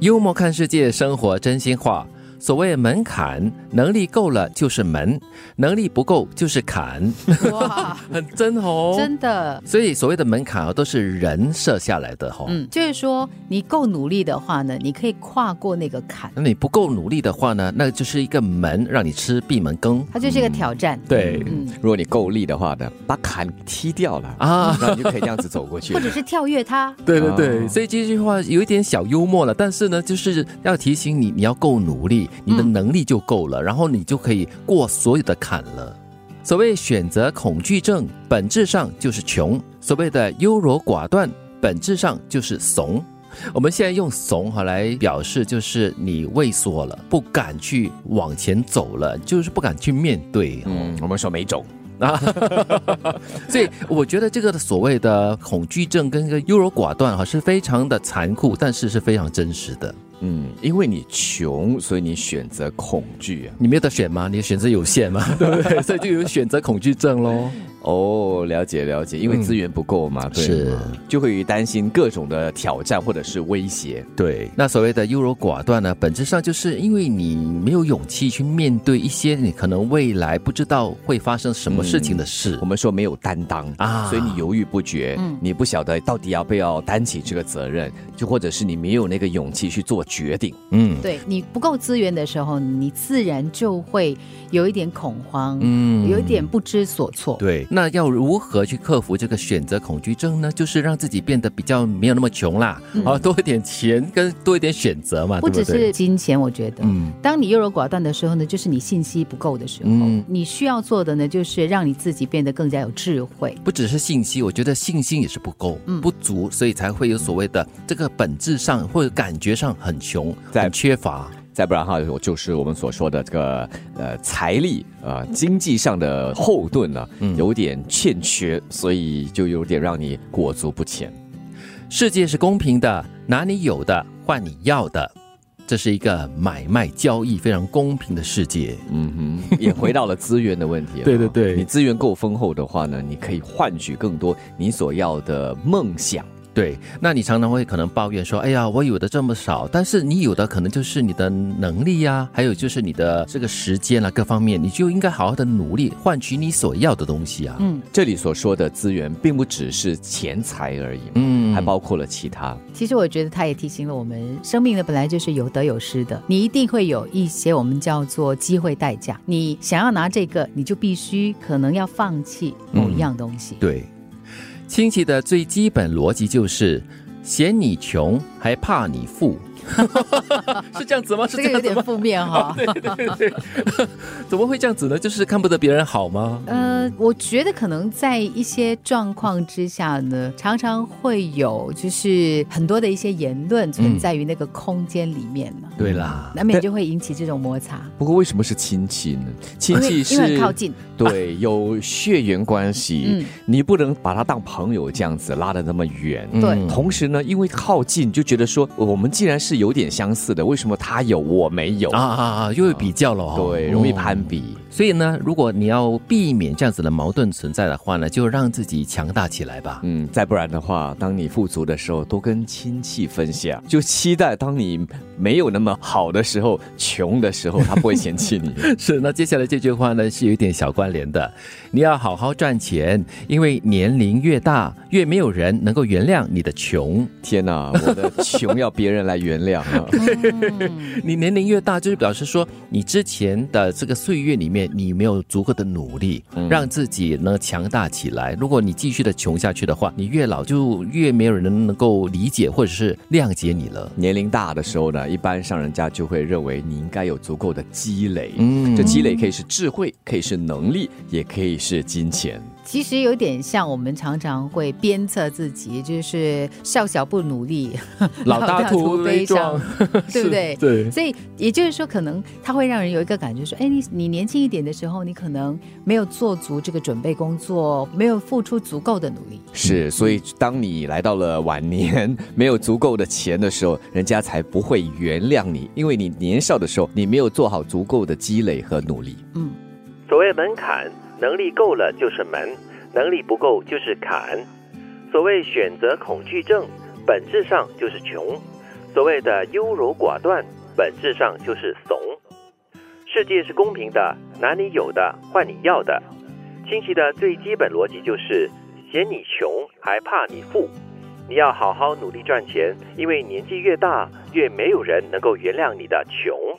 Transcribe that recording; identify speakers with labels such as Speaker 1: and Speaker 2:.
Speaker 1: 幽默看世界，生活真心话。所谓门槛，能力够了就是门，能力不够就是坎，
Speaker 2: 哇，
Speaker 1: 很 真哦。
Speaker 2: 真的。
Speaker 1: 所以所谓的门槛啊，都是人设下来的哈、哦。
Speaker 2: 嗯，就是说你够努力的话呢，你可以跨过那个坎，
Speaker 1: 那你不够努力的话呢，那就是一个门，让你吃闭门羹
Speaker 2: 它就是一个挑战。
Speaker 3: 对，
Speaker 2: 嗯，
Speaker 3: 如果你够力的话呢，把坎踢掉了，
Speaker 1: 啊。
Speaker 3: 然后你就可以这样子走过去
Speaker 2: 或。者是跳跃它。
Speaker 1: 对
Speaker 3: 对对
Speaker 1: 所以这句话有一点小幽默了，但是呢，就是要提醒你，你要够努力，你的能力就够了，然后你就可以过所有的坎了。所谓选择恐惧症，本质上就是穷；所谓的优柔寡断，本质上就是怂。我们现在用“怂”哈来表示，就是你畏缩了，不敢去往前走了，就是不敢去面对。
Speaker 3: 嗯，我们说没种，
Speaker 1: 啊， 所以我觉得这个所谓的恐惧症跟这个优柔寡断哈是非常的残酷，但是是非常真实的。
Speaker 3: 嗯，因为你穷，所以你选择恐惧啊。
Speaker 1: 你没得选吗？你的选择有限 嘛，对不对？所以就有选择恐惧症喽。
Speaker 3: 哦，了解了解，因为
Speaker 1: 嗯
Speaker 3: 资源不够嘛，对
Speaker 1: 是
Speaker 3: 吗就会担心各种的挑战或者是威胁。
Speaker 1: 对，那所谓的优柔寡断呢，本质上就是因为你没有勇气去面对一些你可能未来不知道会发生什么事情的事。
Speaker 3: 我们说没有担当
Speaker 1: 啊
Speaker 3: 啊，所以你犹豫不决，
Speaker 2: 嗯
Speaker 3: 你不晓得到底要不要担起这个责任，就或者是你没有那个勇气去做决定。
Speaker 1: 嗯
Speaker 2: 对你不够资源的时候，你自然就会有一点恐慌，
Speaker 1: 嗯
Speaker 2: 有一点不知所措。
Speaker 1: 对，那要如何去克服这个选择恐惧症呢？就是让自己变得比较没有那么穷啦，啊，多一点钱跟多一点选择嘛，
Speaker 2: 嗯不
Speaker 1: 啊对
Speaker 2: 只
Speaker 1: 不对
Speaker 2: 是？金钱，我觉得，
Speaker 1: 嗯
Speaker 2: 当你优柔寡断的时候呢，就是你信息不够的时候，
Speaker 1: 嗯
Speaker 2: 你需要做的呢，就是让你自己变得更加有智慧。
Speaker 1: 不只是信息，我觉得信心也是不够、
Speaker 2: 嗯
Speaker 1: 不足，所以才会有所谓的这个本质上或者感觉上很穷、
Speaker 3: 在
Speaker 1: 很缺乏。
Speaker 3: 再不然哈，我就是我们所说的这个呃财力呃经济上的后盾呢、有点欠缺，所以就有点让你裹足不前。
Speaker 1: 世界是公平的，拿你有的换你要的，这是一个买卖交易非常公平的世界。
Speaker 3: 嗯 哼，也回到了资源的问题了。
Speaker 1: 对对对
Speaker 3: 你资源够丰厚的话呢，你可以换取更多你所要的梦想。
Speaker 1: 对，那你常常会可能抱怨说：“哎呀，我有的这么少，但是你有的可能就是你的能力呀、还有就是你的这个时间啊，各方面，你就应该好好的努力，换取你所要的东西啊。
Speaker 2: 嗯，
Speaker 3: 这里所说的资源，并不只是钱财而已，
Speaker 1: 嗯”
Speaker 3: 还包括了其他。
Speaker 2: 其实我觉得他也提醒了我们，生命呢本来就是有得有失的，你一定会有一些我们叫做机会代价。你想要拿这个，你就必须可能要放弃某一样东西。
Speaker 1: 对，亲戚的最基本逻辑就是嫌你穷，还怕你富， 是这样子吗？是
Speaker 2: 这
Speaker 1: 这
Speaker 2: 个有
Speaker 1: 样子
Speaker 2: 点
Speaker 1: 吗？
Speaker 2: 负面哈、
Speaker 1: 怎么会这样子呢？就是看不得别人好吗？
Speaker 2: 呃，我觉得可能在一些状况之下呢，常常会有就是很多的一些言论存在于那个空间里面嘛，
Speaker 1: 对啦，
Speaker 2: 难免就会引起这种摩擦，
Speaker 3: 不过为什么是亲戚呢？亲
Speaker 2: 因为
Speaker 3: 戚
Speaker 2: 因为
Speaker 3: 是
Speaker 2: 很靠近，
Speaker 3: 对，有血缘关系，
Speaker 2: 嗯
Speaker 3: 你不能把他当朋友这样子拉得那么远。
Speaker 2: 对
Speaker 1: 嗯
Speaker 3: 同时呢，因为靠近就觉得说，我们既然是有点相似的，为什么他有我没有？
Speaker 1: 啊啊啊！又有比较了、哦，
Speaker 3: 对，容易
Speaker 1: 嗯
Speaker 3: 攀比。
Speaker 1: 所以呢，如果你要避免这样子的矛盾存在的话呢，就让自己强大起来 吧。
Speaker 3: 嗯，再不然的话，当你富足的时候，多跟亲戚分享，就期待当你没有那么好的时候、穷的时候，他不会嫌 弃你。
Speaker 1: 是，那接下来这句话呢是有一点小关联的，你要好好赚钱，因为年龄越大，越没有人能够原谅你的穷。
Speaker 3: 天哪，我的穷要别人来原 谅啊！
Speaker 1: 你年龄越大，就是表示说你之前的这个岁月里面，你没有足够的努力，让自己呢强大起来。如果你继续的穷下去的话，你越老就越没有人能够理解或者是谅解你了。
Speaker 3: 年龄大的时候呢，一般上人家就会认为你应该有足够的积累。
Speaker 1: 嗯
Speaker 3: 这积累可以是智慧，可以是能力，也可以是金钱。
Speaker 2: 其实有点像我们常常会鞭策自己，就是少小不 努力，
Speaker 1: 老大
Speaker 2: 大
Speaker 1: 徒
Speaker 2: 悲
Speaker 1: 悲
Speaker 2: 伤
Speaker 1: 壮，
Speaker 2: 对不对？
Speaker 1: 对。
Speaker 2: 所以也就是说，可能它会让人有一个感觉说，哎，你你年轻一点的时候，你可能没有做足这个准备工作，没有付出足够的努力。
Speaker 3: 是，所以当你来到了晚年，没有足够的钱的时候，人家才不会原谅你，因为你年少的时候，你没有做好足够的积累和努力。
Speaker 4: 所谓门槛，能力够了就是门，能力不够就是坎。所谓选择恐惧症，本质上就是穷。所谓的优柔寡断，本质上就是怂。世界是公平的，拿你有的换你要的。清晰的最基本逻辑就是：嫌你穷还怕你富，你要好好努力赚钱，因为年纪越大，越没有人能够原谅你的穷。